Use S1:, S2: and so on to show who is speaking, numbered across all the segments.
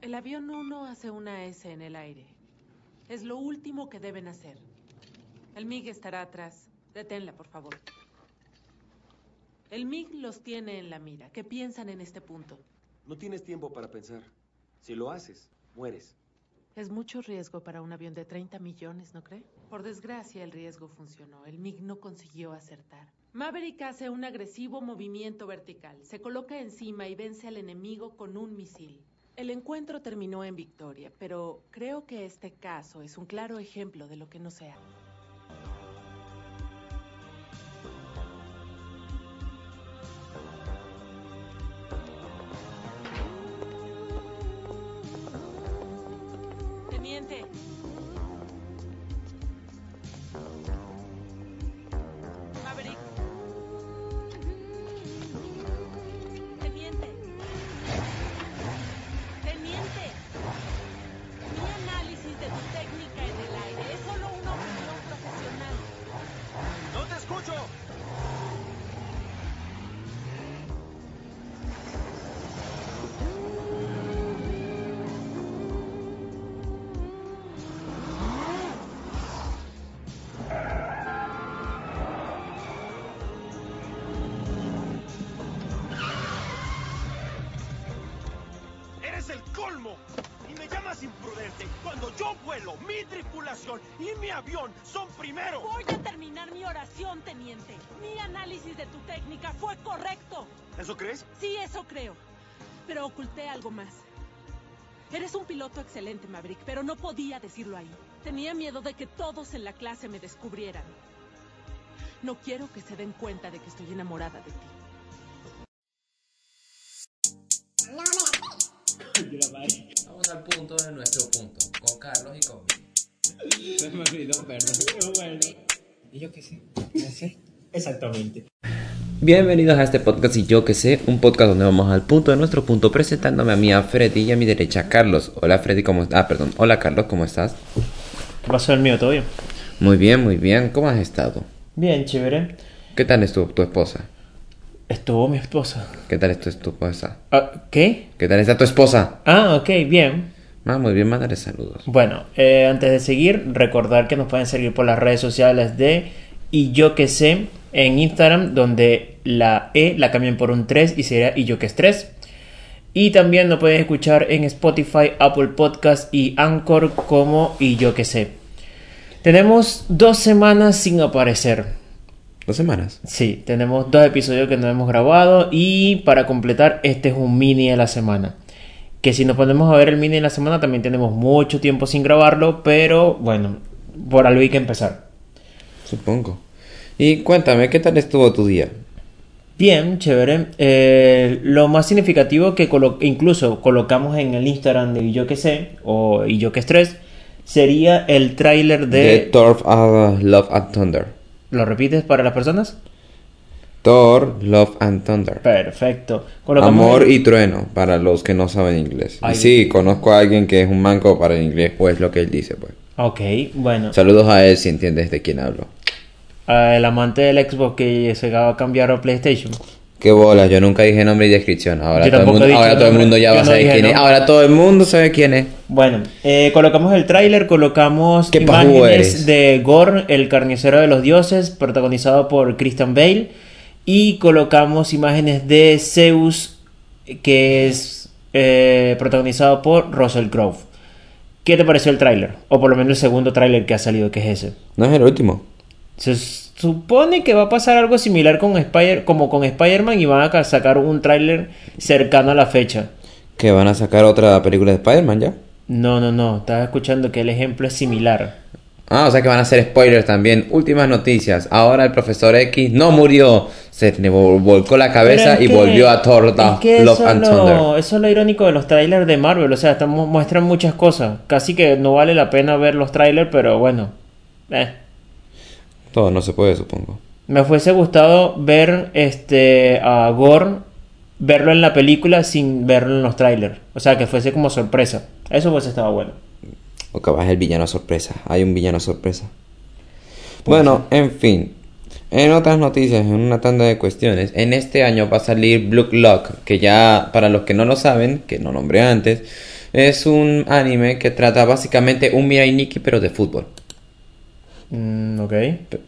S1: El avión 1 hace una S en el aire. Es lo último que deben hacer. El MIG estará atrás. Deténla, por favor. El MIG los tiene en la mira. ¿Qué piensan en este punto?
S2: No tienes tiempo para pensar. Si lo haces, mueres.
S1: Es mucho riesgo para un avión de 30 millones, ¿no cree? Por desgracia, el riesgo funcionó. El MiG no consiguió acertar. Maverick hace un agresivo movimiento vertical, se coloca encima y vence al enemigo con un misil. El encuentro terminó en victoria, pero creo que este caso es un claro ejemplo de lo que no se hace. Teniente, Maverick. Teniente. Teniente. Mi análisis de tu técnica en el aire es solo una opinión profesional.
S2: ¡No te escucho!
S3: ¡Eres el colmo! Y me llamas imprudente cuando yo vuelo, mi tripulación y mi avión son primero.
S1: Voy a terminar mi oración, teniente. Mi análisis de tu técnica fue correcto.
S2: ¿Eso crees?
S1: Sí, eso creo. Pero oculté algo más. Eres un piloto excelente, Maverick, pero no podía decirlo ahí. Tenía miedo de que todos en la clase me descubrieran. No quiero que se den cuenta de que estoy enamorada de ti.
S4: Vamos al punto de nuestro punto, con Carlos y conmigo.
S5: Se me olvidó, perdón. ¿Y yo qué sé? ¿Qué sé? Exactamente.
S4: Bienvenidos a este podcast y yo que sé, un podcast donde vamos al punto de nuestro punto presentándome a mí a Freddy y a mi derecha a Carlos. Hola Freddy, ¿cómo estás? Ah, perdón. Hola Carlos, ¿cómo estás?
S5: ¿Qué pasó el mío? ¿Todo bien?
S4: Muy bien, muy bien. ¿Cómo has estado?
S5: Bien, chévere.
S4: ¿Qué tal estuvo tu esposa?
S5: Estuvo mi esposa.
S4: ¿Qué tal estuvo tu esposa?
S5: Ah, ¿Qué?
S4: ¿Qué tal está tu esposa?
S5: Ah, ok, bien.
S4: Ah, muy bien, mándale saludos.
S5: Bueno, eh, antes de seguir, recordar que nos pueden seguir por las redes sociales de Y Yo Que Sé en Instagram, donde la E la cambian por un 3 y será Y Yo Que Es 3. Y también nos pueden escuchar en Spotify, Apple Podcast y Anchor como Y Yo Que Sé. Tenemos dos semanas sin aparecer.
S4: Dos semanas.
S5: Sí, tenemos dos episodios que no hemos grabado y para completar este es un mini de la semana. Que si nos ponemos a ver el mini de la semana también tenemos mucho tiempo sin grabarlo, pero bueno, por algo hay que empezar.
S4: Supongo. Y cuéntame, ¿qué tal estuvo tu día?
S5: Bien, chévere. Eh, lo más significativo que colo- incluso colocamos en el Instagram de Y Yo Que Sé o Y Yo Que Estrés sería el tráiler de...
S4: De Thor ah, Love and Thunder.
S5: ¿Lo repites para las personas?
S4: Thor, Love and Thunder.
S5: Perfecto. Colocamos
S4: Amor
S5: el-
S4: y trueno para los que no saben inglés. Y
S5: Ay.
S4: sí, conozco a alguien que es un manco para el inglés, pues lo que él dice, pues.
S5: Ok, bueno.
S4: Saludos a él si entiendes de quién hablo.
S5: Ah, el amante del Xbox que se acaba a cambiar a PlayStation.
S4: Qué bolas, yo nunca dije nombre y descripción. Ahora,
S5: Yo
S4: todo el,
S5: tampoco
S4: mundo,
S5: he dicho
S4: ahora todo el
S5: nombre.
S4: mundo ya
S5: Yo
S4: va a
S5: no
S4: saber
S5: dije
S4: quién es.
S5: nombre.
S4: Ahora todo el mundo sabe quién es.
S5: Bueno, eh, colocamos el tráiler, colocamos
S4: ¿Qué pajú eres?
S5: imágenes de Gorn, el carnicero de los dioses, protagonizado por Christian Bale, y colocamos imágenes de Zeus, que es eh, protagonizado por Russell Crowe. ¿Qué te pareció el tráiler? O por lo menos el segundo tráiler que ha salido, que es ese.
S4: No es el último.
S5: Se supone que va a pasar algo similar con Spider, como con Spider-Man y van a ca- sacar un tráiler cercano a la fecha.
S4: Que van a sacar otra película de Spider-Man ya.
S5: No, no, no, estás escuchando que el ejemplo es similar.
S4: Ah, o sea que van a hacer spoilers también. Últimas noticias. Ahora el profesor X no murió. Se le vol- volcó la cabeza
S5: Pero
S4: y
S5: es que-
S4: volvió a Thor
S5: es
S4: Love,
S5: que
S4: Love
S5: eso
S4: and
S5: es lo-
S4: Thunder.
S5: Eso es lo irónico de los trailers de Marvel, o sea, estamos, muestran muchas cosas. Casi que no vale la pena ver los trailers, pero bueno. eh.
S4: Todo no se puede, supongo.
S5: Me fuese gustado ver este a Gorn, verlo en la película sin verlo en los trailers. O sea, que fuese como sorpresa. Eso pues estaba bueno.
S4: O capaz el villano sorpresa. Hay un villano sorpresa. Bueno, en fin. En otras noticias, en una tanda de cuestiones, en este año va a salir Blue Lock, que ya, para los que no lo saben, que no nombré antes, Es un anime que trata básicamente un Mirai Nikki, pero de fútbol.
S5: Mm, ok.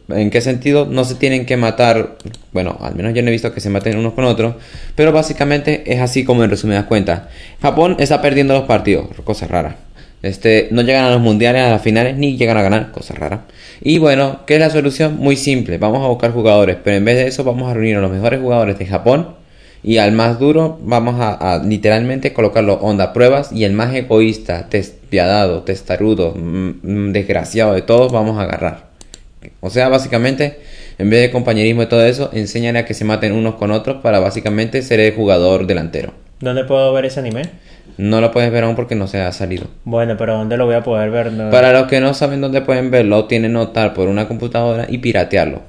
S4: ¿En qué sentido? No se tienen que matar, bueno, al menos yo no he visto que se maten unos con otros, pero básicamente es así como en resumidas cuentas. Japón está perdiendo los partidos, cosa rara. Este, no llegan a los mundiales, a las finales, ni llegan a ganar, cosa rara. Y bueno, ¿qué es la solución? Muy simple, vamos a buscar jugadores, pero en vez de eso vamos a reunir a los mejores jugadores de Japón y al más duro vamos a, a literalmente colocarlo onda pruebas y el más egoísta, despiadado, testarudo, mm, mm, desgraciado de todos vamos a agarrar. O sea, básicamente, en vez de compañerismo y todo eso, enséñale a que se maten unos con otros para básicamente ser el jugador delantero.
S5: ¿Dónde puedo ver ese anime?
S4: No lo puedes ver aún porque no se ha salido.
S5: Bueno, pero ¿dónde lo voy a poder ver? No-
S4: Para los que no saben dónde pueden verlo, tienen notar por una computadora y piratearlo.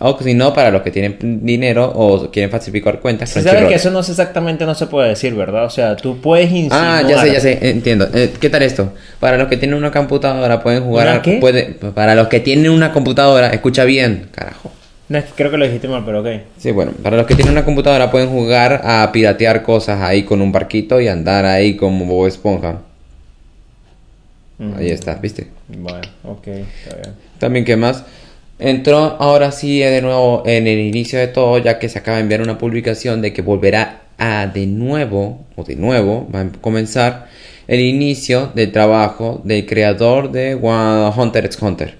S4: O si no, para los que tienen dinero o quieren falsificar cuentas.
S5: Sí sabes
S4: Crunchyroll.
S5: Pues que eso no es exactamente, no se puede decir, ¿verdad? O sea, tú puedes
S4: Ah,
S5: insinuar...
S4: ya sé, ya sé, entiendo. Eh, ¿Qué tal esto? Para los que tienen una computadora pueden jugar.
S5: ¿Una
S4: a-
S5: qué?
S4: puede- para los que tienen una computadora, escucha bien, carajo.
S5: No, es que creo que lo dijiste mal, pero ok.
S4: Sí, bueno, para los que tienen una computadora pueden jugar a piratear cosas ahí con un barquito y andar ahí como Bob Esponja.
S5: Mm.
S4: Ahí está, ¿viste?
S5: Bueno, ok, está bien.
S4: También, ¿qué más? Entró ahora sí eh, de nuevo en el inicio de todo, ya que se acaba de enviar una publicación de que volverá a de nuevo, o de nuevo, va a comenzar el inicio del trabajo del creador de Wa- Hunter x Hunter.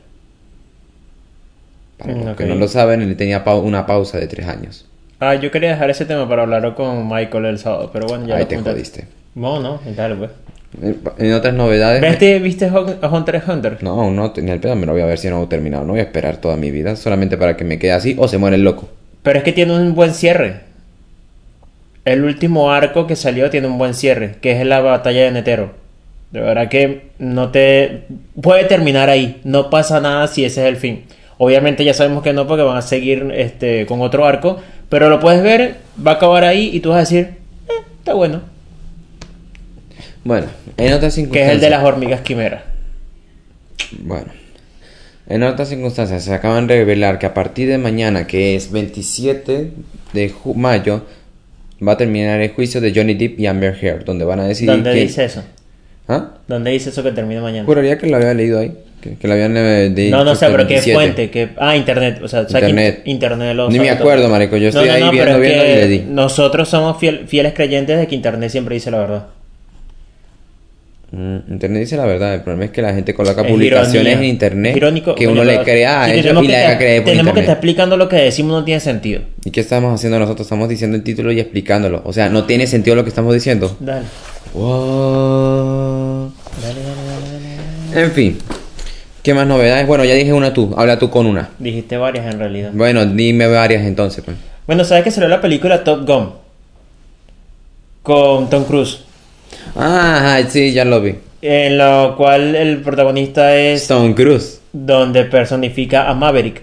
S4: Para los
S5: Mm,
S4: que
S5: ok.
S4: no lo saben, él tenía pau- una pausa de tres años.
S5: Ah, yo quería dejar ese tema para hablarlo con Michael el sábado, pero bueno, ya
S4: Ahí
S5: lo
S4: te
S5: apuntaste.
S4: jodiste. Eh,
S5: No, no, dale, pues.
S4: En- En otras novedades.
S5: ¿Viste, viste Hun- Hunter x Hunter?
S4: No, aún no tenía el pedo, me lo voy a ver si no he terminado. No voy a esperar toda mi vida solamente para que me quede así o se muere el loco.
S5: Pero es que tiene un buen cierre. El último arco que salió tiene un buen cierre, que es la batalla de Netero. De verdad que no te... Puede terminar ahí, no pasa nada si ese es el fin. Obviamente ya sabemos que no porque van a seguir este, con otro arco, pero lo puedes ver, va a acabar ahí y tú vas a decir, "Eh, está bueno.
S4: Bueno, en otras
S5: Que es
S4: circunstancias.
S5: el de las hormigas quimeras.
S4: Bueno. En otras circunstancias se acaban de revelar que a partir de mañana, que es 27 de ju- mayo, va a terminar el juicio de Johnny Depp y Amber Heard, donde van a decidir
S5: ¿Dónde
S4: quién-
S5: dice eso?
S4: ¿Ah?
S5: ¿Dónde dice eso que termina mañana?
S4: Juraría que lo había leído ahí, que, que lo habían eh, dicho
S5: No, no sé,
S4: que
S5: pero qué
S4: 27.
S5: fuente, que ah, internet, o sea, o sea, que
S4: Internet.
S5: in- internet lo
S4: Ni
S5: sabe
S4: me
S5: todo.
S4: acuerdo, marico, yo estoy ahí viendo,
S5: pero es
S4: viendo y
S5: que
S4: le di.
S5: Nosotros somos fiel- fieles creyentes de que internet siempre dice la verdad.
S4: Mm, Internet dice la verdad, el problema es que la gente coloca
S5: Es
S4: publicaciones
S5: ironía.
S4: en internet
S5: Es irónico,
S4: que
S5: coño,
S4: uno le
S5: pero-
S4: crea a
S5: y
S4: ellos
S5: tenemos
S4: y
S5: que
S4: le haga
S5: estar-
S4: creer por
S5: Tenemos que
S4: internet.
S5: estar explicando lo que decimos no tiene sentido.
S4: ¿Y qué estamos haciendo nosotros? Estamos diciendo el título y explicándolo. O sea, no tiene sentido lo que estamos diciendo.
S5: Dale.
S4: Wow.
S5: Dale, dale, dale, dale, dale.
S4: En fin, ¿qué más novedades? Bueno, ya dije una tú, habla tú con una.
S5: Dijiste varias en realidad.
S4: Bueno, dime varias entonces. Pues.
S5: Bueno, sabes que salió la película Top Gun con Tom Cruise,
S4: Ah, sí, ya lo vi.
S5: en lo cual el protagonista es
S4: Stone Cruz.
S5: donde personifica a Maverick.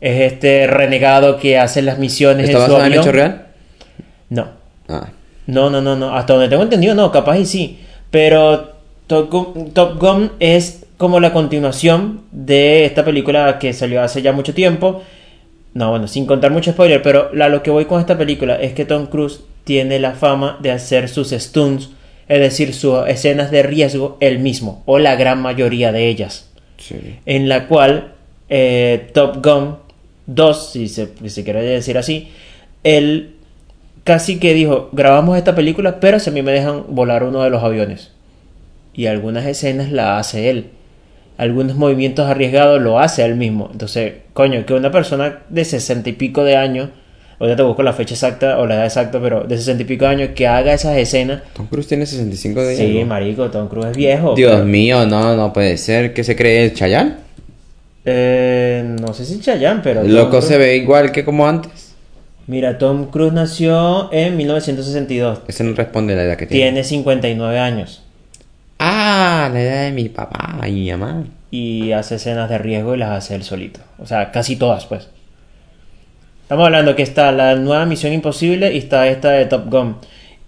S5: Es este renegado que hace las misiones
S4: ¿Está
S5: en su
S4: basado en
S5: avión.
S4: hecho real?
S5: No,
S4: Ah.
S5: no, no, no, no. Hasta donde tengo entendido, no, capaz y sí. Pero Top Gun, Top Gun es como la continuación de esta película que salió hace ya mucho tiempo. No, bueno, sin contar mucho spoiler, pero a lo que voy con esta película es que Tom Cruise tiene la fama de hacer sus stunts, es decir, sus escenas de riesgo él mismo, o la gran mayoría de ellas
S4: Sí.
S5: en la cual eh, Top Gun 2, si se, si se quiere decir así, él casi que dijo, grabamos esta película, pero si a mí me dejan volar uno de los aviones. Y algunas escenas la hace él. Algunos movimientos arriesgados lo hace él mismo. Entonces, coño, que una persona de sesenta y pico de años, ahorita te busco la fecha exacta o la edad exacta, pero de sesenta y pico de años que haga esas escenas.
S4: Tom Cruise tiene 65 de
S5: Sí,
S4: algo.
S5: marico, Tom Cruise es viejo.
S4: Dios
S5: pero-
S4: mío, no, no puede ser. ¿Qué se cree el Chayanne?
S5: Eh, no sé si Chayanne, pero...
S4: El
S5: Tom
S4: loco
S5: Cruise-
S4: se ve igual que como antes.
S5: Mira, Tom Cruise nació en 1962.
S4: Ese no responde a la edad que tiene.
S5: Tiene 59 años
S4: Ah, la edad de mi papá y mi mamá.
S5: y hace escenas de riesgo y las hace él solito. O sea, casi todas, pues. Estamos hablando que está la nueva Misión Imposible y está esta de Top Gun.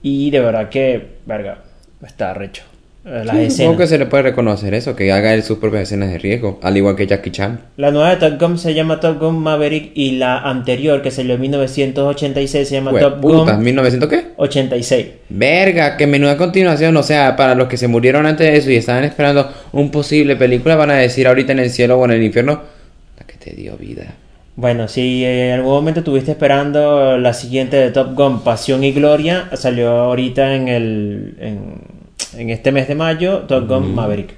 S5: Y de verdad que, verga, está recho. eh, las
S4: Sí,
S5: escenas.
S4: supongo que se le puede reconocer eso, que haga él sus propias escenas de riesgo, al igual que Jackie Chan.
S5: La nueva de Top Gun se llama Top Gun Maverick y la anterior que salió en 1986 se llama
S4: Hue
S5: Top
S4: putas,
S5: Gun
S4: 1900 qué?
S5: 86.
S4: Verga, que menuda continuación, o sea, para los que se murieron antes de eso y estaban esperando un posible película, van a decir ahorita en el cielo o en el infierno, la que te dio vida.
S5: Bueno, si eh, en algún momento estuviste esperando la siguiente de Top Gun, Pasión y Gloria, salió ahorita en el en, en este mes de mayo, Top Gun Maverick.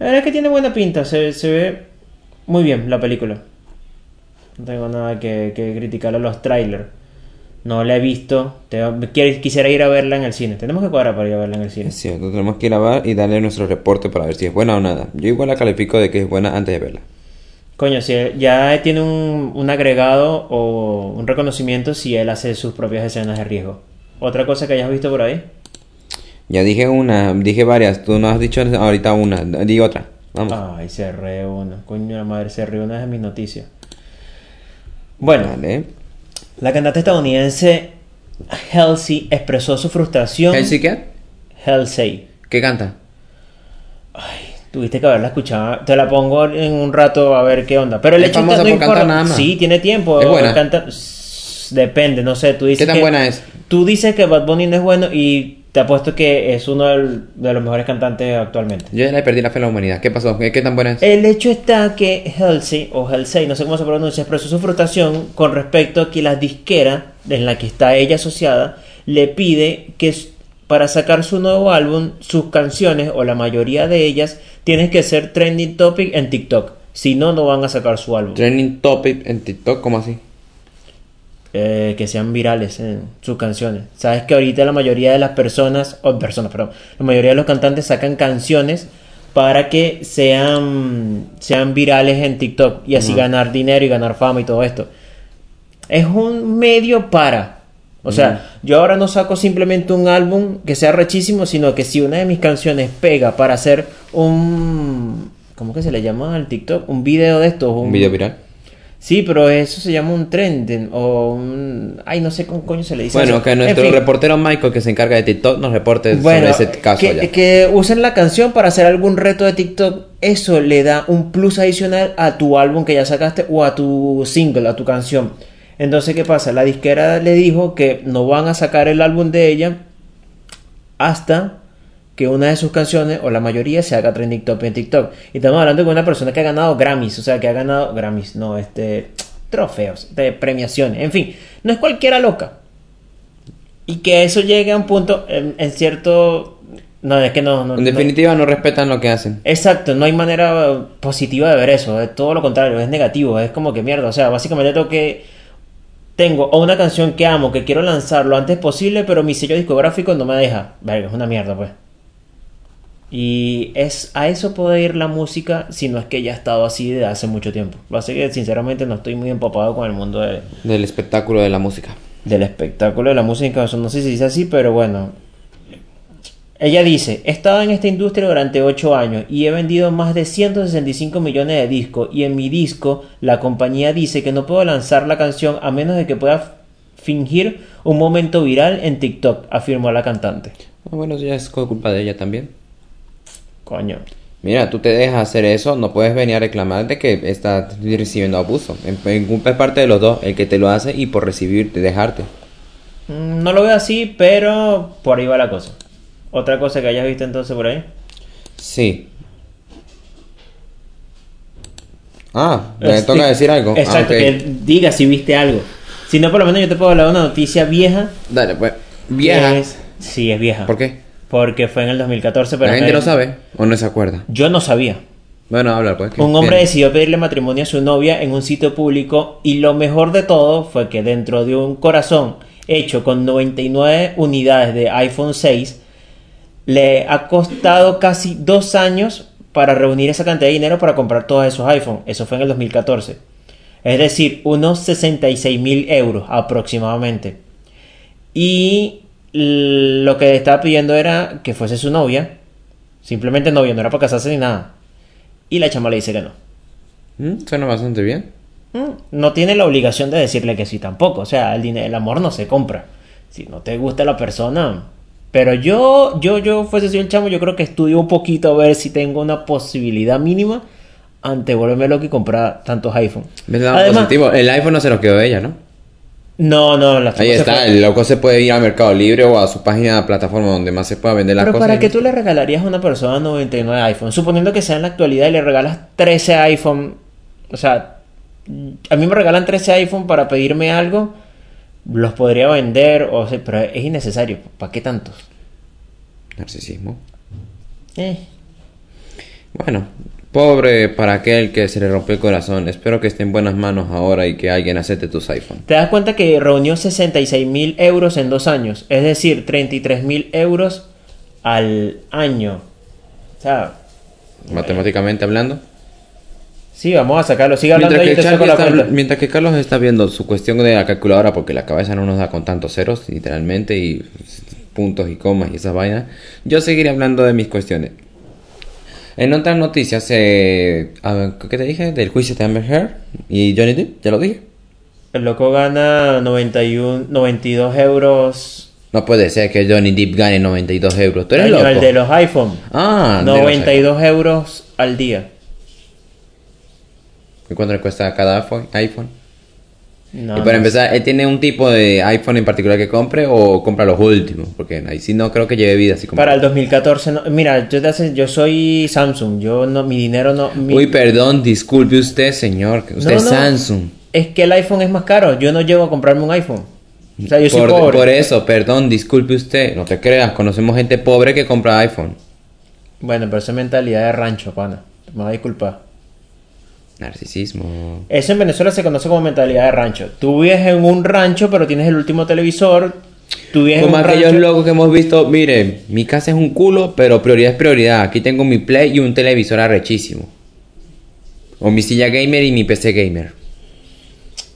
S5: La verdad es que tiene buena pinta, se, se ve muy bien la película. No tengo nada que, que criticar a los trailers. No la he visto. te- quier- quisiera ir a verla en el cine. Tenemos que cuadrar para ir a verla en el cine.
S4: Es cierto, tenemos que grabar y darle nuestro reporte para ver si es buena o nada. Yo igual la califico de que es buena antes de verla.
S5: Coño, si él- ya tiene un, un agregado o un reconocimiento si él hace sus propias escenas de riesgo. Otra cosa que hayas visto por ahí.
S4: Ya dije una, dije varias, tú no has dicho ahorita una, di otra. Vamos.
S5: Ay, se re una. Coño, la madre, se re una de mis noticias. Bueno,
S4: Vale.
S5: la cantante estadounidense Halsey expresó su frustración.
S4: ¿El psiquiatra?
S5: Halsey.
S4: ¿Qué canta?
S5: Tuviste que haberla escuchado. Te la pongo en un rato a ver qué onda. Pero el
S4: Es
S5: hecho
S4: famosa
S5: está- no
S4: por cantar
S5: importa.
S4: nada más.
S5: Sí, tiene tiempo.
S4: Es buena.
S5: Canta- s- Depende, no sé. Tú dices
S4: ¿Qué tan
S5: que-
S4: buena es?
S5: Tú dices que Bad Bunny no es bueno y te apuesto que es uno del- de los mejores cantantes actualmente.
S4: Yo ya le perdí la fe a la humanidad. ¿Qué pasó? ¿Qué, qué tan buena es?
S5: El hecho está que Halsey, o Halsey, no sé cómo se pronuncia, expresó su frustración con respecto a que la disquera en la que está ella asociada le pide que s- para sacar su nuevo álbum, sus canciones o la mayoría de ellas tienen que ser trending topic en TikTok. Si no, no van a sacar su álbum.
S4: Trending topic en TikTok, ¿cómo así?
S5: eh, que sean virales en sus canciones. Sabes que ahorita la mayoría de las personas, o personas, perdón, la mayoría de los cantantes sacan canciones para que sean, sean virales en TikTok y así ganar dinero y ganar fama y todo esto. Es un medio para. O sea, yo ahora no saco simplemente un álbum que sea rechísimo, sino que si una de mis canciones pega para hacer un... ¿Cómo que se le llama al TikTok? Un video de estos.
S4: Un video viral.
S5: Sí, pero eso se llama un trending o un... Ay, no sé cómo coño se le dice.
S4: Bueno,
S5: eso.
S4: que
S5: En
S4: nuestro
S5: fin,
S4: reportero Michael, que se encarga de TikTok, nos reporte
S5: bueno, eh,
S4: sobre ese caso
S5: que,
S4: ya.
S5: que usen la canción para hacer algún reto de TikTok, eso le da un plus adicional a tu álbum que ya sacaste o a tu single, a tu canción. Entonces, ¿qué pasa? La disquera le dijo que no van a sacar el álbum de ella hasta que una de sus canciones o la mayoría se haga trending top en TikTok. Y estamos hablando de una persona que ha ganado Grammys, o sea, que ha ganado Grammys, no, este, trofeos, de premiaciones, en fin, no es cualquiera loca. Y que eso llegue a un punto en, en cierto... No, es que no, no.
S4: En
S5: no-
S4: definitiva, no respetan lo que hacen.
S5: Exacto, no hay manera positiva de ver eso, es todo lo contrario, es negativo, es como que mierda, o sea, básicamente tengo que tengo o una canción que amo, que quiero lanzar lo antes posible, pero mi sello discográfico no me deja. Verga, es una mierda, pues. Y es a eso puede ir la música si no es que ya ha estado así de hace mucho tiempo. Así que sinceramente no estoy muy empapado con el mundo de-
S4: Del espectáculo de la música.
S5: del espectáculo de la música, eso no sé si dice así, pero bueno, ella dice, he estado en esta industria durante 8 años y he vendido más de 165 millones de discos y en mi disco la compañía dice que no puedo lanzar la canción a menos de que pueda f- fingir un momento viral en TikTok, afirmó la cantante.
S4: Ah, Bueno, eso ya es culpa de ella también.
S5: Coño.
S4: Mira, tú te dejas hacer eso, no puedes venir a reclamar de que estás recibiendo abuso. En, en culpa es parte de los dos, el que te lo hace y por recibirte, dejarte.
S5: Mm, No lo veo así, pero por ahí va la cosa. Otra cosa que hayas visto entonces por ahí.
S4: Sí. Ah, me
S5: Este-
S4: toca decir algo. Ah,
S5: Exacto,
S4: ok.
S5: que diga si viste algo. Si no, por lo menos yo te puedo hablar de una noticia vieja.
S4: Dale, pues. Vieja.
S5: que es- sí, es vieja.
S4: ¿Por qué?
S5: Porque fue en el 2014, pero...
S4: La gente
S5: no-
S4: no sabe o no se acuerda.
S5: Yo no sabía.
S4: Bueno, habla, pues. que-
S5: Un hombre
S4: bien.
S5: decidió pedirle matrimonio a su novia en un sitio público y lo mejor de todo fue que dentro de un corazón hecho con 99 unidades de iPhone 6, le ha costado casi dos años para reunir esa cantidad de dinero para comprar todos esos iPhone. Eso fue en el 2014. Es decir, unos 66 mil euros aproximadamente. Y l- lo que le estaba pidiendo era que fuese su novia. Simplemente novia, no era para casarse ni nada. Y la chama le dice que no.
S4: Mm, Suena bastante bien.
S5: Mm, No tiene la obligación de decirle que sí tampoco. O sea, el, dinero, el amor no se compra. Si no te gusta la persona, Pero yo, yo, yo fuese soy el chamo, yo creo que estudio un poquito a ver si tengo una posibilidad mínima ante volverme loco y comprar tantos iPhone.
S4: Me da un
S5: Además-
S4: positivo. El iPhone no se lo quedó ella, ¿no?
S5: No, no, la
S4: Ahí
S5: se
S4: está,
S5: fue.
S4: el loco se puede ir a Mercado Libre o a su página de plataforma donde más se pueda vender las
S5: Pero
S4: cosas.
S5: para que tú le regalarías a una persona 99 iPhone, suponiendo que sea en la actualidad y le regalas 13 iPhone, o sea, a mí me regalan 13 iPhone para pedirme algo, los podría vender, o sea, pero es innecesario, ¿para qué tantos?
S4: Narcisismo.
S5: Eh,
S4: Bueno, pobre para aquel que se le rompió el corazón. Espero que esté en buenas manos ahora y que alguien acepte tus iPhones.
S5: Te das cuenta que reunió 66 mil euros en dos años, es decir, 33 mil euros al año. O sea,
S4: Matemáticamente hablando.
S5: sí, vamos a sacarlo, sigue hablando
S4: Mientras
S5: ahí,
S4: que,
S5: yo te saco
S4: Charlie
S5: la
S4: está-
S5: cuenta.
S4: mientras que Carlos está viendo su cuestión de la calculadora, porque la cabeza no nos da con tantos ceros, literalmente, y puntos y comas y esas vainas, yo seguiré hablando de mis cuestiones. En otras noticias, eh, a ver, ¿qué te dije? Del juicio de Amber Heard y Johnny Depp, ya lo dije.
S5: El loco gana 91, 92 euros
S4: No puede ser que Johnny Depp gane 92 euros. Tú eres
S5: Coño,
S4: loco.
S5: el de los iPhone.
S4: Ah, de los
S5: 92 euros al día.
S4: ¿Y cuánto le cuesta cada iPhone? iPhone?
S5: No,
S4: y para
S5: no.
S4: empezar, ¿él tiene un tipo de iPhone en particular que compre o compra los últimos? Porque ahí sí no creo que lleve vida así como...
S5: Para el 2014, no- mira, yo, te hace- yo soy Samsung, yo no, mi dinero no... mi-
S4: Uy, perdón, disculpe usted, señor. que
S5: No,
S4: Usted es
S5: no.
S4: Samsung.
S5: Es que el iPhone es más caro, yo no llego a comprarme un iPhone. O sea, yo soy
S4: por,
S5: pobre.
S4: por e- eso, perdón, disculpe usted. No te creas, conocemos gente pobre que compra iPhone.
S5: Bueno, pero esa es mentalidad de rancho, pana. Me va a disculpar.
S4: Narcisismo.
S5: Eso en Venezuela se conoce como mentalidad de rancho. Tú vives en un rancho, pero tienes el último televisor. Tú vives
S4: Como
S5: en un
S4: aquellos
S5: rancho-
S4: locos que hemos visto, mire, mi casa es un culo, pero prioridad es prioridad. Aquí tengo mi Play y un televisor arrechísimo. O mi silla gamer y mi PC gamer.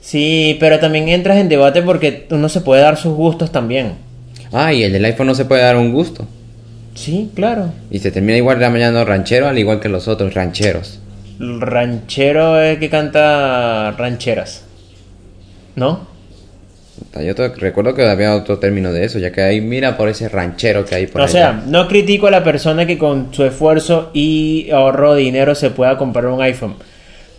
S5: Sí, pero también entras en debate porque uno se puede dar sus gustos también.
S4: Ah, y el del iPhone no se puede dar un gusto.
S5: Sí, claro.
S4: Y se termina igual la mañana ranchero, al igual que los otros rancheros.
S5: El Ranchero es que canta rancheras. ¿No?
S4: O sea, Yo te- recuerdo que había otro término de eso, ya que ahí mira por ese ranchero que hay por
S5: o
S4: allá.
S5: sea, no critico a la persona que con su esfuerzo y ahorro de dinero se pueda comprar un iPhone.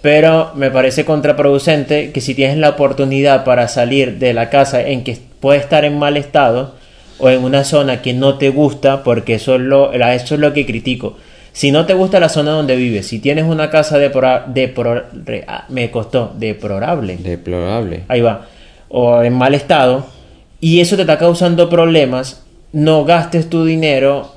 S5: Pero me parece contraproducente que si tienes la oportunidad para salir de la casa en que puede estar en mal estado o en una zona que no te gusta, porque eso es lo, la- eso es lo que critico. Si no te gusta la zona donde vives, si tienes una casa depora- depro- re- ah, me costó, deplorable.
S4: Deplorable.
S5: ahí va, o en mal estado, y eso te está causando problemas, no gastes tu dinero,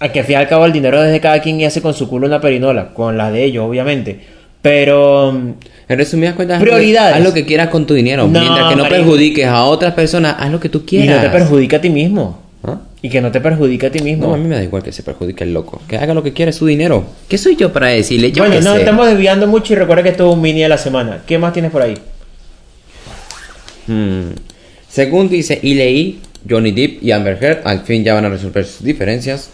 S5: a que al fin y al cabo el dinero desde cada quien y hace con su culo una perinola, con la de ellos, obviamente. Pero mm,
S4: En resumidas cuentas, haz
S5: Prioridades.
S4: lo que- Haz lo que quieras con tu dinero.
S5: No,
S4: Mientras que no
S5: marico.
S4: perjudiques a otras personas, haz lo que tú
S5: y
S4: quieras.
S5: no te perjudica a ti mismo.
S4: ¿Ah?
S5: Y que no te perjudica a ti mismo.
S4: No, a mí me da igual que se perjudique el loco. Que haga lo que quiera es su dinero. ¿Qué soy yo para decirle? Yo
S5: bueno,
S4: qué
S5: no,
S4: sé.
S5: estamos desviando mucho y recuerda que esto es un mini de la semana. ¿Qué más tienes por ahí?
S4: Hmm. Según dice y leí, Johnny Depp y Amber Heard al fin ya van a resolver sus diferencias.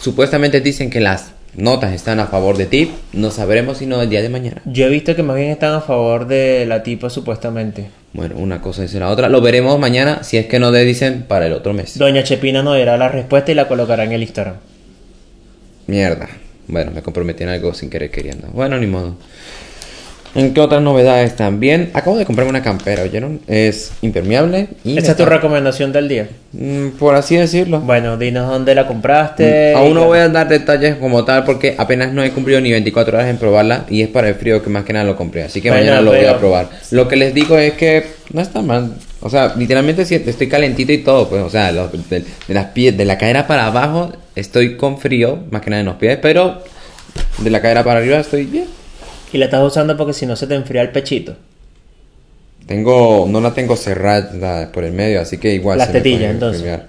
S4: Supuestamente dicen que las notas están a favor de Depp. No sabremos sino el día de mañana.
S5: Yo he visto que más bien están a favor de la tipa, supuestamente.
S4: Bueno, una cosa dice la otra. Lo veremos mañana si es que no le dicen para el otro mes.
S5: Doña Chepina nos dará la respuesta y la colocará en el Instagram.
S4: Mierda. Bueno, me comprometí en algo sin querer queriendo. Bueno, ni modo. ¿En qué otras novedades también? Acabo de comprarme una campera, ¿oyeron? Es impermeable y... me
S5: Esa es tu
S4: está-
S5: recomendación del día.
S4: Mm, Por así decirlo.
S5: Bueno, dinos dónde la compraste.
S4: Mm, Aún no voy a dar detalles como tal porque apenas no he cumplido ni 24 horas en probarla y es para el frío que más que nada lo compré. Así que
S5: Bueno,
S4: mañana lo voy
S5: pero-
S4: a probar. Lo que les digo es que no está mal. O sea, literalmente si estoy calentito y todo. Pues, o sea, los- de, de las pie- de la cadera para abajo estoy con frío, más que nada en los pies, pero de la cadera para arriba estoy bien.
S5: Y la estás usando porque si no se te enfría el pechito.
S4: Tengo, no la tengo cerrada por el medio, así que igual
S5: Las
S4: se me
S5: tetillas,
S4: pueden
S5: entonces.
S4: enfriar.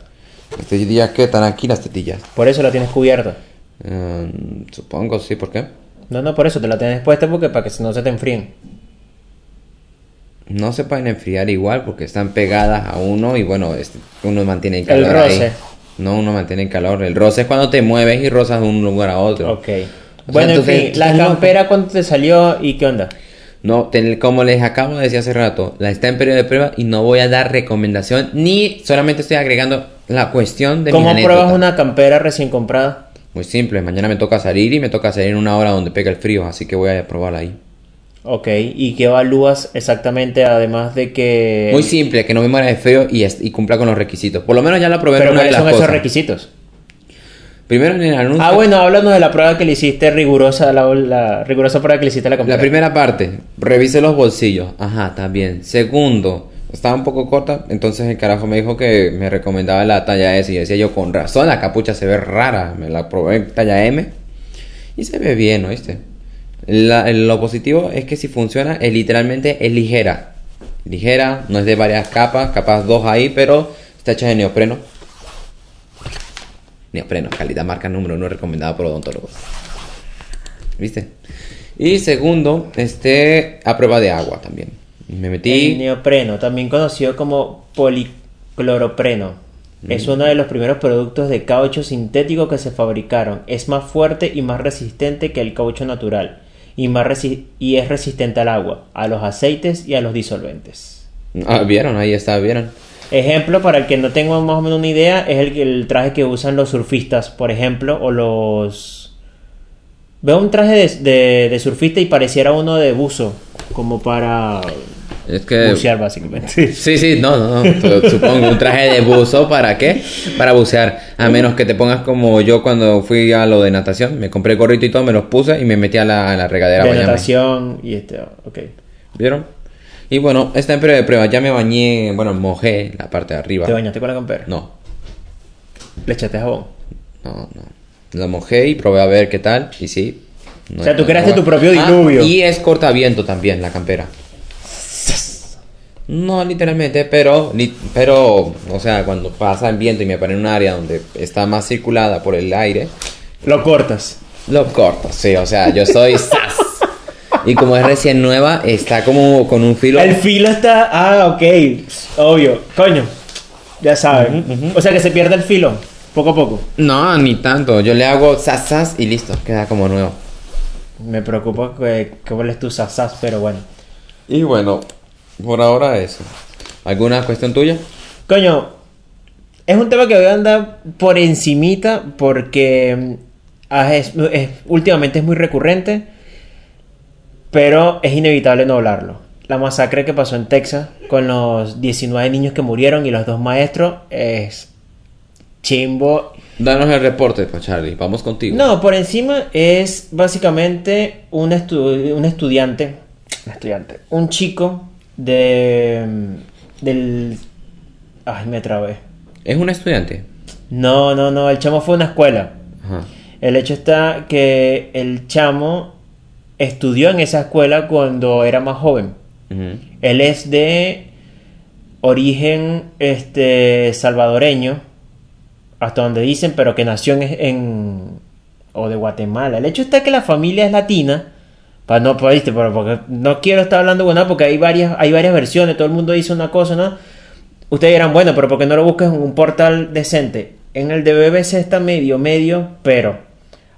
S4: Las tetillas que están aquí, las tetillas.
S5: Por eso la tienes cubierta.
S4: Mm, supongo, sí, ¿por qué?
S5: No, no, por eso te la tienes puesta porque para que si no se te enfríen.
S4: No se pueden enfriar igual porque están pegadas a uno y bueno, este, uno mantiene el
S5: El
S4: calor. ahí.
S5: roce.
S4: No, uno mantiene el calor. El roce es cuando te mueves y rozas de un lugar a otro.
S5: Ok. bueno, en
S4: entonces,
S5: fin, la
S4: estás loco.
S5: campera cuánto te salió y qué onda.
S4: No, ten- como les acabo de decir hace rato, la está en periodo de prueba y no voy a dar recomendación ni solamente estoy agregando la cuestión de mi
S5: ¿Cómo
S4: anécdota.
S5: pruebas una campera recién comprada?
S4: Muy simple, mañana me toca salir y me toca salir en una hora donde pega el frío, así que voy a probarla ahí.
S5: Ok, ¿y qué evalúas exactamente además de que...
S4: Muy simple, que no me muera de frío y, es- y cumpla con los requisitos. Por lo menos ya la probé en
S5: Pero
S4: una de
S5: ¿cuáles
S4: las
S5: son esos
S4: cosas.
S5: requisitos?
S4: Primero en el anuncio.
S5: Ah, bueno, háblanos de la prueba que le hiciste rigurosa, la, la rigurosa prueba que le hiciste a la campera.
S4: La primera parte, revise los bolsillos. Ajá, está bien. Segundo, estaba un poco corta, entonces el carajo me dijo que me recomendaba la talla S y decía yo, con razón, la capucha se ve rara. Me la probé en talla M y se ve bien, ¿oíste? La- lo positivo es que si funciona, es literalmente es ligera. Ligera, no es de varias capas, capas dos ahí, pero está hecha de neopreno. Neopreno, calidad marca número uno recomendada por odontólogos. ¿Viste? Y segundo, este, a prueba de agua también. Me
S5: El
S4: metí.
S5: neopreno, también conocido como policloropreno. Es uno de los primeros productos de caucho sintético que se fabricaron. Es más fuerte y más resistente que el caucho natural. Y, más resi- y es resistente al agua, a los aceites y a los disolventes.
S4: Ah, vieron, ahí está, vieron.
S5: Ejemplo, para el que no tenga más o menos una idea, es el, el traje que usan los surfistas, por ejemplo, o los... Veo un traje de, de- de surfista y pareciera uno de buzo, como para
S4: Es que.
S5: bucear básicamente.
S4: Eh, Sí, sí, no, no, no. t- Supongo un traje de buzo para qué? Para bucear. A menos que te pongas como yo cuando fui a lo de natación. Me compré el gorrito y todo, me los puse y me metí a la, a la regadera a
S5: de
S4: bañarme.
S5: natación y este, ok.
S4: ¿Vieron? Y bueno, está en periodo de prueba. Ya me bañé, bueno, mojé la parte de arriba.
S5: ¿Te bañaste con la campera?
S4: No,
S5: ¿Le echaste jabón?
S4: no, no. La mojé y probé a ver qué tal. Y sí. no
S5: O sea, tú
S4: es tan
S5: creaste
S4: guapa.
S5: tu propio diluvio.
S4: Ah, y es cortaviento también la campera. No, literalmente, pero, li- pero, o sea, cuando pasa el viento y me pone en un área donde está más circulada por el aire,
S5: Lo cortas.
S4: lo corto, sí, o sea, yo soy sas. Y como es recién nueva, está como con un filo.
S5: El filo está... Ah, ok. Obvio. Coño. Ya saben. O sea que se pierde el filo. Poco a poco.
S4: No, ni tanto. Yo le hago sas, sas y listo, queda como nuevo.
S5: Me preocupa que, que vueles tus sasas, pero bueno.
S4: Y bueno, por ahora eso. ¿Alguna cuestión tuya?
S5: Coño, es un tema que voy a andar por encimita porque mm, ah, es- es- últimamente es muy recurrente, pero es inevitable no hablarlo. La masacre que pasó en Texas con los 19 niños que murieron y los dos maestros es chimbo
S4: Danos el reporte, pues, Charlie. Vamos contigo.
S5: no, por encima es básicamente un, estu- un estudiante, un estudiante, un chico de del ay, me trabé.
S4: Es un estudiante.
S5: No, no, no, el chamo fue a una escuela.
S4: Ajá.
S5: El hecho está que el chamo estudió en esa escuela cuando era más joven.
S4: Ujú.
S5: Él es de origen este salvadoreño, hasta donde dicen, pero que nació en, en- o de Guatemala. El hecho está que la familia es latina. Pa- no, pa- viste, pero porque no quiero estar hablando bueno, porque hay varias, hay varias versiones, todo el mundo dice una cosa, ¿no? Ustedes dirán, bueno, pero porque no lo buscas en un portal decente? En el de BBC está medio, medio, pero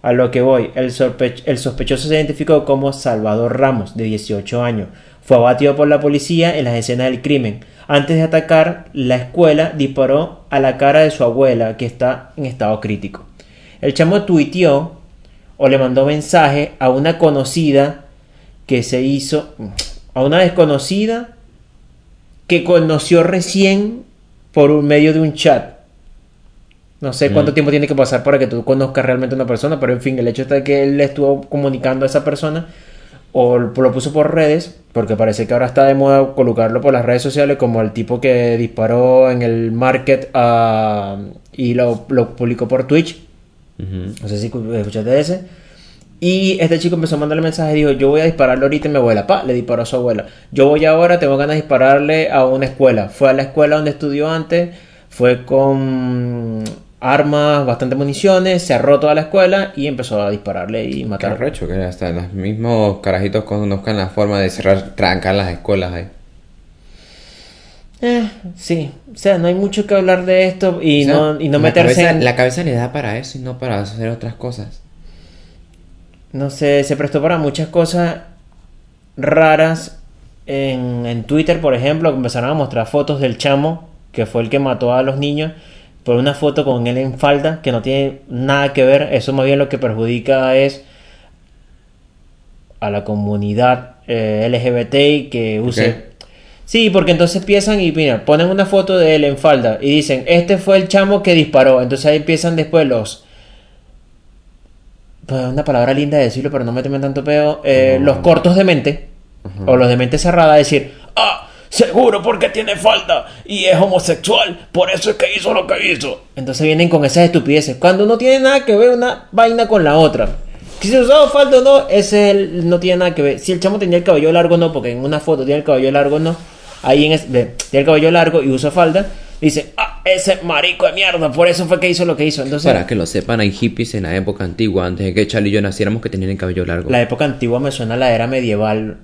S5: a lo que voy, el, sorpe- el sospechoso se identificó como Salvador Ramos, de 18 años. Fue abatido por la policía en las escenas del crimen. Antes de atacar la escuela, disparó a la cara de su abuela, que está en estado crítico. El chamo tuiteó o le mandó mensaje a una conocida que se hizo, a una desconocida que conoció recién por un medio de un chat. No sé cuánto tiempo tiene que pasar para que tú conozcas realmente a una persona, pero en fin, el hecho está que él le estuvo comunicando a esa persona o lo puso por redes, porque parece que ahora está de moda colocarlo por las redes sociales como el tipo que disparó en el market ah, y lo, lo publicó por Twitch. No sé si escu- escuchaste de ese. Y este chico empezó a mandarle mensajes y dijo, yo voy a dispararle ahorita a mi abuela. Pa, le disparó a su abuela. Yo voy ahora, tengo ganas de dispararle a una escuela. Fue a la escuela donde estudió antes, fue con armas, bastantes municiones, cerró toda la escuela y empezó a dispararle y
S4: Qué
S5: matar.
S4: arrecho que hasta los mismos carajitos conozcan la forma de cerrar, trancar las escuelas ahí.
S5: Eh, sí, o sea, no hay mucho que hablar de esto y
S4: O sea,
S5: no, y no
S4: la
S5: meterse
S4: cabeza,
S5: en...
S4: La cabeza le da para eso y no para hacer otras cosas.
S5: No sé, se prestó para muchas cosas raras en, en Twitter, por ejemplo, empezaron a mostrar fotos del chamo, que fue el que mató a los niños, por una foto con él en falda, que no tiene nada que ver. Eso más bien lo que perjudica es a la comunidad eh, LGBT que use.
S4: Ok.
S5: Sí, porque entonces piensan y mira, ponen una foto de él en falda y dicen, este fue el chamo que disparó. Entonces ahí empiezan después los pues una palabra linda de decirlo, pero no me temen tanto pedo, eh, los cortos de mente, o los de mente cerrada, decir, ah, seguro porque tiene falta y es homosexual, por eso es que hizo lo que hizo. Entonces vienen con esas estupideces, cuando no tiene nada que ver una vaina con la otra. Que Si usaba falda o no, ese es el- no tiene nada que ver. Si el chamo tenía el cabello largo o no, porque en una foto tiene el cabello largo o no, ahí en es, ve, tiene el cabello largo y usa falda, dice, ah, ese marico de mierda, por eso fue que hizo lo que hizo. Entonces,
S4: Para que lo sepan, hay hippies en la época antigua, antes de que Charlie y yo naciéramos, que tenían el cabello largo.
S5: La época antigua me suena a la era medieval.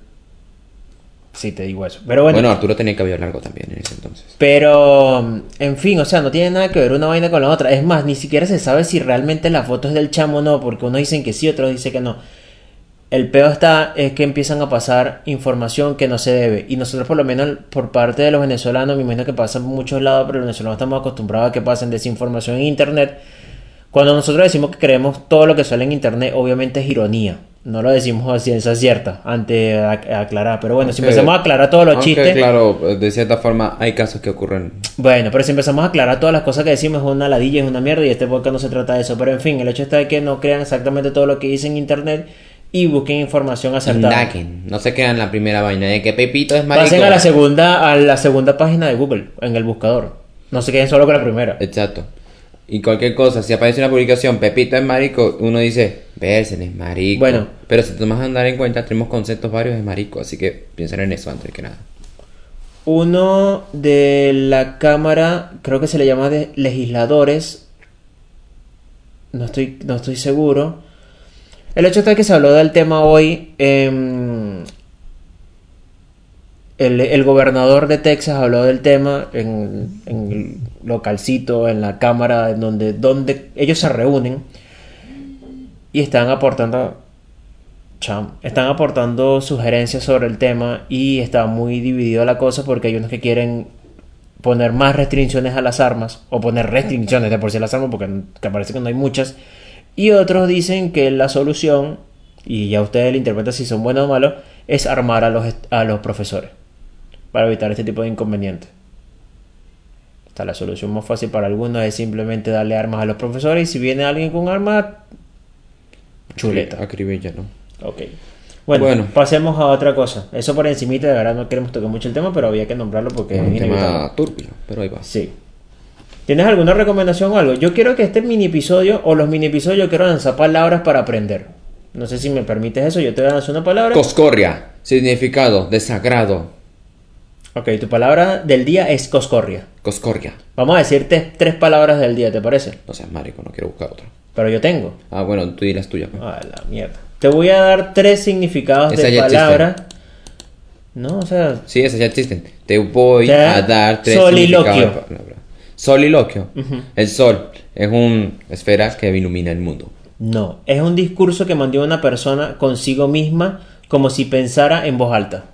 S5: Si te digo eso. Pero bueno.
S4: bueno, Arturo tenía el cabello largo también en ese entonces.
S5: Pero, en fin, o sea, no tiene nada que ver una vaina con la otra. Es más, ni siquiera se sabe si realmente la foto es del chamo o no, porque unos dicen que sí, otros dicen que no. El peor está es que empiezan a pasar información que no se debe. Y nosotros, por lo menos, por parte de los venezolanos, me imagino que pasa en muchos lados, pero los venezolanos estamos acostumbrados a que pasen desinformación en internet. Cuando nosotros decimos que creemos todo lo que sale en internet, obviamente es ironía. No lo decimos a ciencia cierta, antes a- a aclarar. Pero bueno, si
S4: Aunque-
S5: empezamos a aclarar todos los
S4: aunque,
S5: chistes.
S4: Claro, de cierta forma, hay casos que ocurren.
S5: Bueno, pero si empezamos a aclarar todas las cosas que decimos es una ladilla, es una mierda y este podcast no se trata de eso. Pero en fin, el hecho está de que no crean exactamente todo lo que dicen en internet y busquen información acertada.
S4: Indaguen. No se quedan en la primera vaina de que Pepito es marico.
S5: Pasen a la segunda, a la segunda página de Google, en el buscador. No se queden solo con la primera.
S4: Exacto. Y cualquier cosa, si aparece una publicación, Pepito es marico, uno dice, Versen es marico.
S5: Bueno.
S4: Pero si tomas a andar en cuenta, tenemos conceptos varios de marico, así que piensen en eso antes que nada.
S5: Uno de la Cámara, creo que se le llama de legisladores. No estoy, no estoy seguro. El hecho está que se habló del tema hoy. em, el, el gobernador de Texas habló del tema en, en el localcito, en la Cámara, en donde, donde ellos se reúnen y están aportando Cham, están aportando sugerencias sobre el tema y está muy dividida la cosa porque hay unos que quieren poner más restricciones a las armas o poner restricciones de por sí a las armas porque que parece que no hay muchas y otros dicen que la solución y ya ustedes le interpretan si son buenos o malos es armar a los, est- a los profesores para evitar este tipo de inconvenientes. O sea, la solución más fácil para algunos es simplemente darle armas a los profesores y si viene alguien con armas, chuleta.
S4: Acribilla, ¿no?
S5: Ok. Bueno,
S4: Bueno.
S5: pasemos a otra cosa. Eso por encimita, de verdad no queremos tocar mucho el tema, pero había que nombrarlo porque
S4: Es un
S5: es inevitable.
S4: tema turbio, pero ahí va.
S5: Sí. ¿Tienes alguna recomendación o algo? Yo quiero que este mini episodio o los mini episodios yo quiero lanzar palabras para aprender. No sé si me permites eso, yo te voy a lanzar una palabra.
S4: Coscorria, significado, desagrado.
S5: ok, tu palabra del día es coscorria.
S4: Coscorria.
S5: Vamos a decirte tres palabras del día, ¿te parece?
S4: No seas marico, no quiero buscar otra.
S5: Pero yo tengo.
S4: Ah, bueno, tú dirás tuya. pues.
S5: A la mierda. Te voy a dar tres significados
S4: Esa
S5: de
S4: ya existe.
S5: palabra. No, o sea,
S4: Sí, esas ya existen. Te voy
S5: Ya.
S4: a dar tres
S5: Soliloquio.
S4: significados de palabra. Soliloquio. El sol es una esfera que ilumina el mundo.
S5: No, es un discurso que mantiene una persona consigo misma como si pensara en voz alta.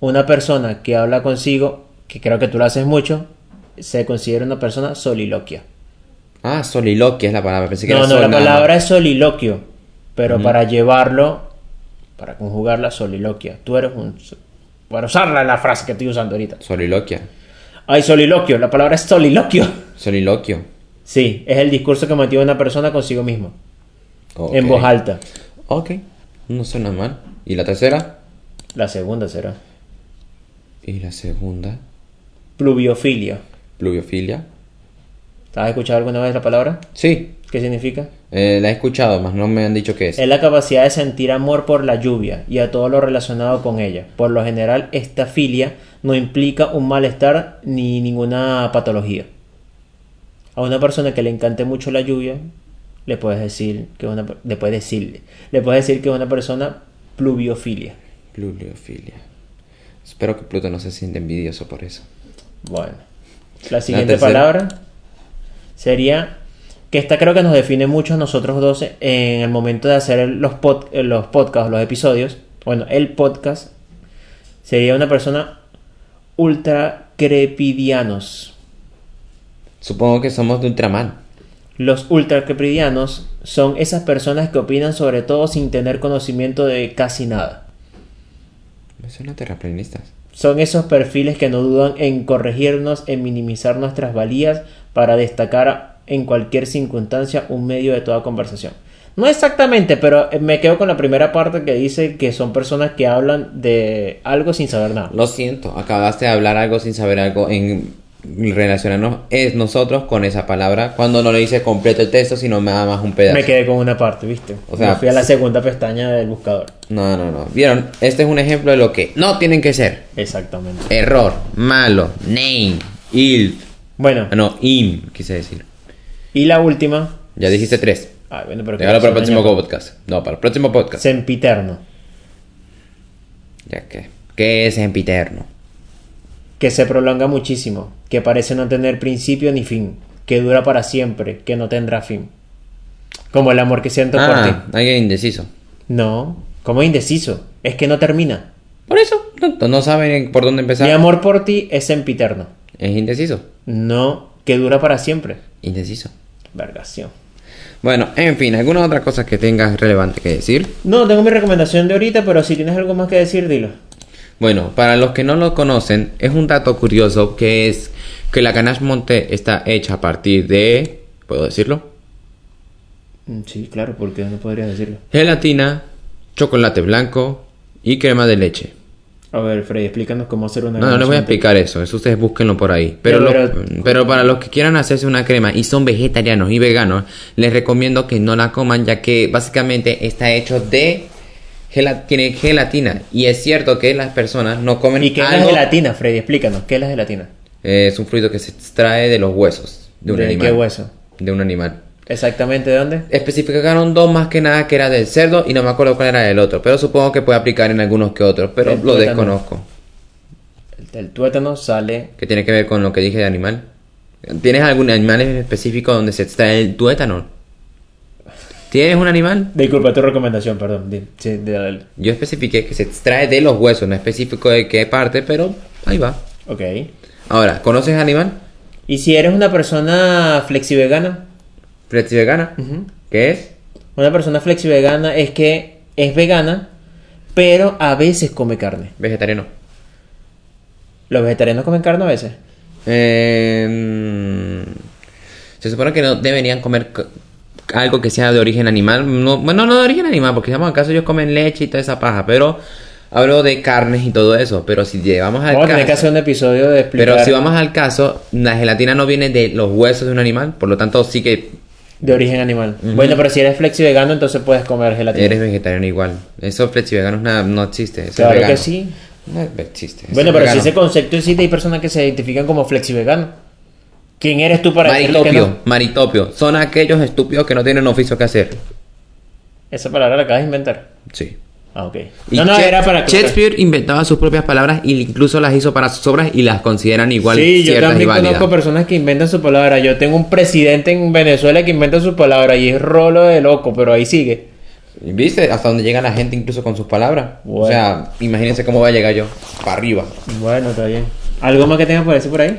S5: Una persona que habla consigo, que creo que tú lo haces mucho, se considera una persona soliloquia.
S4: Ah, soliloquio es la palabra. Pensé que
S5: No,
S4: era
S5: no,
S4: sol
S5: la
S4: nada más.
S5: palabra es soliloquio, pero para llevarlo, para conjugarla, soliloquia. Tú eres un... so- Para usarla en la frase que estoy usando ahorita.
S4: Soliloquia.
S5: Ay, soliloquio, la palabra es soliloquio.
S4: Soliloquio.
S5: Sí, es el discurso que mantiene una persona consigo misma,
S4: Ok.
S5: en voz alta.
S4: Ok. No suena mal. ¿Y la tercera?
S5: La segunda será
S4: Y la segunda.
S5: pluviofilia.
S4: Pluviofilia.
S5: ¿Has escuchado alguna vez la palabra?
S4: Sí.
S5: ¿Qué significa?
S4: eh, la he escuchado, más no me han dicho qué es.
S5: Es la capacidad de sentir amor por la lluvia y a todo lo relacionado con ella. Por lo general, esta filia no implica un malestar ni ninguna patología. A una persona que le encante mucho la lluvia, le puedes decir que es una, le puedes decirle, le puedes decir que es una persona pluviofilia.
S4: Pluviofilia. Espero que Pluto no se sienta envidioso por eso.
S5: Bueno, la siguiente
S4: tercera.
S5: palabra sería que esta creo que nos define mucho a nosotros dos en el momento de hacer los, pod- los podcasts, los episodios. Bueno, el podcast Sería una persona ultra crepidianos.
S4: Supongo que somos de Ultraman.
S5: Los ultracapridianos son esas personas que opinan sobre todo sin tener conocimiento de casi nada.
S4: Me suena a terraplanistas.
S5: Son esos perfiles que no dudan en corregirnos, en minimizar nuestras valías para destacar en cualquier circunstancia un medio de toda conversación. No exactamente, pero eh, me quedo con la primera parte que dice que son personas que hablan de algo sin saber nada.
S4: Lo siento, acabaste de hablar algo sin saber algo en relacionarnos es nosotros con esa palabra cuando no le dices completo el texto, sino nada más un pedazo.
S5: Me quedé con una parte, ¿viste?
S4: O sea,
S5: Me fui a la segunda pestaña del buscador.
S4: No, no, no. ¿Vieron? Este es un ejemplo de lo que no tienen que ser.
S5: Exactamente.
S4: Error, malo, name, il.
S5: Bueno,
S4: Ah, No, im, quise decir.
S5: y la última.
S4: Ya dijiste tres.
S5: Ay, bueno, pero que
S4: Déjalo para el
S5: no se
S4: próximo
S5: dañe.
S4: podcast. No, para el próximo podcast.
S5: Sempiterno.
S4: Ya que. ¿Qué es sempiterno?
S5: Que se prolonga muchísimo. Que parece no tener principio ni fin. Que dura para siempre. Que no tendrá fin. Como el amor que siento
S4: Ah,
S5: por ti.
S4: alguien indeciso.
S5: No, como indeciso. Es que no termina.
S4: Por eso, no, no saben por dónde empezar.
S5: Mi amor por ti es sempiterno.
S4: Es indeciso.
S5: No, que dura para siempre.
S4: Indeciso.
S5: Vergación.
S4: Bueno, en fin, ¿alguna otra cosa que tengas relevante que decir?
S5: No, tengo mi recomendación de ahorita, pero si tienes algo más que decir, dilo.
S4: Bueno, para los que no lo conocen, es un dato curioso que es que la ganache monté está hecha a partir de, ¿puedo decirlo?
S5: Mm, Sí, claro, porque no podrías decirlo.
S4: Gelatina, chocolate blanco y crema de leche.
S5: A ver, Freddy, explícanos cómo hacer una.
S4: No, no les voy a explicar eso, eso ustedes búsquenlo por ahí. Pero, lo-
S5: pero-
S4: pero para los que quieran hacerse una crema y son vegetarianos y veganos, les recomiendo que no la coman ya que básicamente está hecho de... gela- tiene gelatina y es cierto que las personas no comen
S5: ¿Y qué es la
S4: algo-
S5: gelatina, Freddy? Explícanos, ¿qué es la gelatina?
S4: Eh, es un fruto que se extrae de los huesos de un
S5: ¿De
S4: animal.
S5: qué hueso?
S4: De un animal.
S5: ¿Exactamente de dónde?
S4: Especificaron dos más que nada que era del cerdo y no me acuerdo cuál era el otro, pero supongo que puede aplicar en algunos que otros, pero
S5: El
S4: lo
S5: tuétano.
S4: desconozco.
S5: El, el tuétano sale.
S4: ¿Qué tiene que ver con lo que dije de animal? ¿Tienes algún animal en específico donde se extrae el tuétano? ¿Tienes un animal?
S5: Disculpa tu recomendación, perdón. di- Sí, de, del-
S4: Yo especifiqué que se extrae de los huesos, no específico de qué parte, pero ahí va.
S5: Ok.
S4: Ahora, ¿conoces animal?
S5: ¿Y si eres una persona flexivegana?
S4: ¿Flexivegana? ¿Qué es?
S5: Una persona flexivegana es que es vegana, pero a veces come carne.
S4: Vegetariano.
S5: ¿Los vegetarianos comen carne a veces?
S4: Eh, se supone que no deberían comer c- algo que sea de origen animal. No, bueno, no de origen animal, porque digamos, acaso ellos comen leche y toda esa paja, pero hablo de carnes y todo eso. Pero si llevamos al
S5: Vamos a
S4: caso,
S5: tener que hacer un episodio de explicar
S4: pero si vamos al caso, la gelatina no viene de los huesos de un animal, por lo tanto sí que
S5: de origen animal. Bueno, pero si eres flexivegano, entonces puedes comer gelatina.
S4: eres vegetariano igual. Eso flexivegano es nada- no existe. eso es
S5: claro que
S4: vegano.
S5: sí.
S4: No existe. eso
S5: Bueno,
S4: es
S5: pero si
S4: vegano.
S5: ese concepto existe, hay personas que se identifican como flexivegano. ¿Quién eres tú para decirles que
S4: Maritopio,
S5: no?
S4: maritopio. Son aquellos estúpidos que no tienen oficio que hacer.
S5: Esa palabra la acabas de inventar.
S4: Sí.
S5: Ah, ok.
S4: Y
S5: no, no,
S4: Shak-
S5: era para
S4: Shakespeare inventaba sus propias palabras e incluso las hizo para sus obras y las consideran igual
S5: Sí, yo
S4: ciertas y
S5: también
S4: válidas.
S5: conozco personas que inventan su palabra. Yo tengo un presidente en Venezuela que inventa su palabra y es rolo de loco, pero ahí sigue.
S4: ¿Viste? Hasta donde llega la gente incluso con sus palabras.
S5: Bueno.
S4: O sea, imagínense cómo va a llegar yo. Para arriba.
S5: Bueno, está bien. ¿Algo más que tengas por decir por ahí?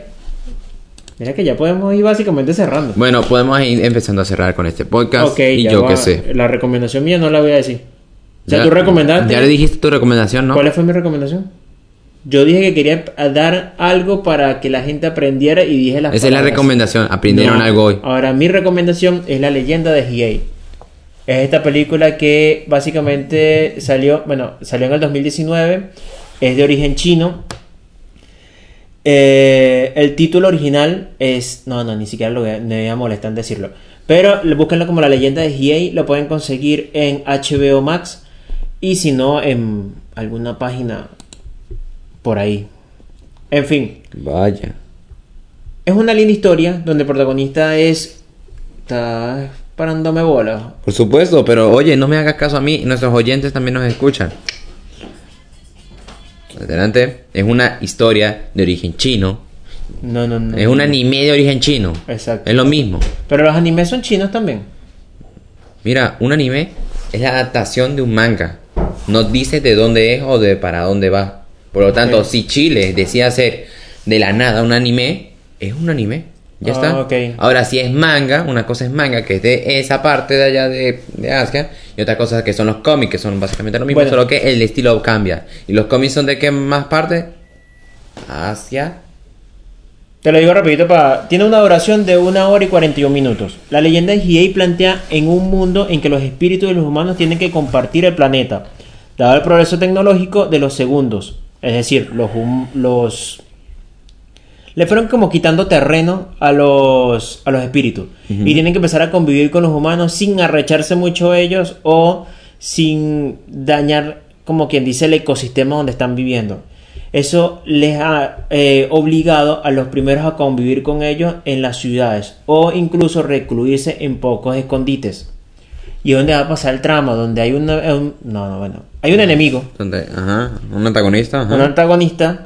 S5: Mira que ya podemos ir básicamente cerrando.
S4: Bueno, podemos ir empezando a cerrar con este podcast.
S5: ok,
S4: y
S5: ya
S4: yo
S5: va.
S4: qué sé.
S5: La recomendación mía no la voy a decir. O sea, tú recomendaste.
S4: Ya le dijiste tu recomendación, ¿no?
S5: ¿Cuál fue mi recomendación? Yo dije que quería dar algo para que la gente aprendiera y dije las
S4: Esa es la
S5: palabras.
S4: recomendación. Aprendieron
S5: No. Ah.
S4: algo hoy.
S5: Ahora, mi recomendación es La leyenda de Hiei. Es esta película que básicamente salió, bueno, salió en el 2019, es de origen chino. Eh, el título original es, no, no, ni siquiera lo voy a- me voy a molestar en decirlo. Pero lo- búsquenlo como La leyenda de Hiei, lo pueden conseguir en HBO Max y si no en alguna página por ahí. En fin,
S4: Vaya.
S5: es una linda historia donde el protagonista es. Está parándome bola.
S4: Por supuesto, pero oye, no me hagas caso a mí. Nuestros oyentes también nos escuchan. Adelante. Es una historia de origen chino.
S5: No, no, no.
S4: Es un anime de origen chino.
S5: Exacto.
S4: Es lo mismo.
S5: Pero los animes son chinos también.
S4: Mira, un anime es la adaptación de un manga. No dice de dónde es o de para dónde va. Por lo tanto, si Chile decide hacer de la nada un anime, es un anime. Ya
S5: Ah,
S4: está.
S5: ok.
S4: Ahora, si es manga, una cosa es manga, que es de esa parte de allá de, de Asia, y otra cosa que son los cómics, que son básicamente lo mismo,
S5: Bueno.
S4: solo que el estilo cambia. ¿Y los cómics son de qué más parte? Asia.
S5: Te lo digo rapidito para... Tiene una duración de una hora y 41 minutos. La leyenda de Hiei plantea en un mundo en que los espíritus de los humanos tienen que compartir el planeta, dado el progreso tecnológico de los segundos. Es decir, los... hum- los... Le fueron como quitando terreno a los, a los espíritus. Y tienen que empezar a convivir con los humanos sin arrecharse mucho ellos o sin dañar, como quien dice, el ecosistema donde están viviendo. Eso les ha eh, obligado a los primeros a convivir con ellos en las ciudades o incluso recluirse en pocos escondites. Y es donde va a pasar el trama, donde hay una- un- no, no, bueno, hay un enemigo
S4: Donde, ajá, un antagonista. ajá.
S5: un antagonista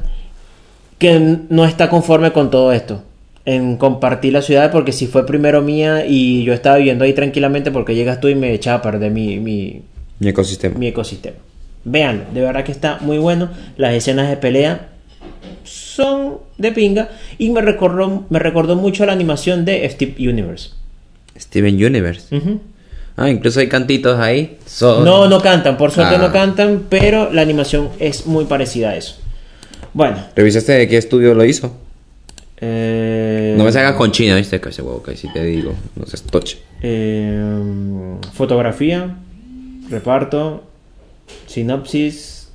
S5: que n- no está conforme con todo esto. En compartir la ciudad, porque si fue primero mía y yo estaba viviendo ahí tranquilamente, porque llegas tú y me echaba a perder mi, mi,
S4: Mi ecosistema.
S5: mi ecosistema. Véanlo, de verdad que está muy bueno. Las escenas de pelea son de pinga y me recordó, me recordó mucho la animación de Steve Universe.
S4: Steven Universe.
S5: Ujú.
S4: Ah, incluso hay cantitos ahí. So-
S5: Mm. No, no cantan, por suerte
S4: Ah.
S5: no cantan, pero la animación es muy parecida a eso. Bueno,
S4: ¿Revisaste de qué estudio lo hizo?
S5: eh,
S4: No me salgas con China, viste, que ese huevo que si te digo, no seas toche.
S5: Eh, fotografía, reparto, sinopsis.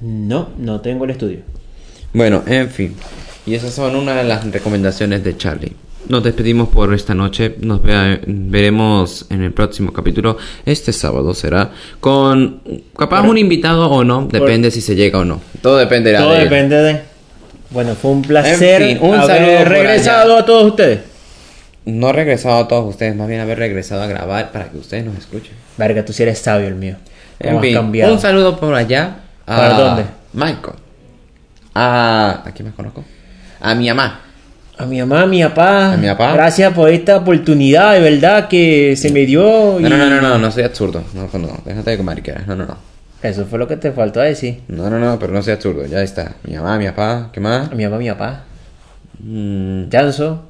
S5: No, no tengo el estudio.
S4: Bueno, en fin. Y esas son una de las recomendaciones de Charlie. Nos despedimos por esta noche. Nos vea- veremos en el próximo capítulo. Este sábado será con capaz un invitado o no. Depende si se llega o no. Todo dependerá
S5: Todo
S4: de él.
S5: depende de. Bueno, fue un placer
S4: En fin, un
S5: haber
S4: saludo por
S5: regresado a todos ustedes.
S4: No he regresado a todos ustedes, más bien haber regresado a grabar para que ustedes nos escuchen.
S5: Verga, tú sí eres sabio el mío. ¿Cómo
S4: En
S5: has
S4: fin,
S5: cambiado?
S4: un saludo por allá. A
S5: ¿Para dónde?
S4: Michael. A... ¿A quién más conozco? A mi mamá.
S5: A mi mamá, a mi papá.
S4: A mi papá.
S5: Gracias por esta oportunidad, de verdad, que se me dio. y-
S4: No, no, no, no, no, no soy absurdo. No, no, no, déjate de comer, No, no, no.
S5: Eso fue lo que te faltó decir.
S4: No, no, no, pero no sea absurdo, ya está. Mi mamá, mi papá, ¿qué más?
S5: A mi mamá, a mi papá.
S4: Mm,
S5: Janso.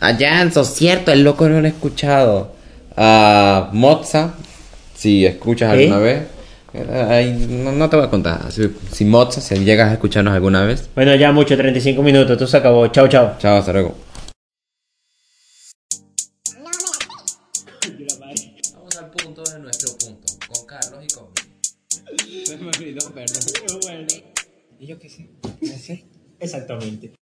S4: a Janso, cierto, el loco no lo he escuchado. A Mozza, si escuchas
S5: ¿Eh?
S4: alguna vez. Eh, ay, no, no te voy a contar. Si, si Mozza, si llegas a escucharnos alguna vez.
S5: Bueno, ya mucho, 35 minutos. Esto se acabó. Chao, chao.
S4: Chao, hasta luego. Vamos al punto de nuestro punto, con Carlos y conmigo.
S5: Exactamente.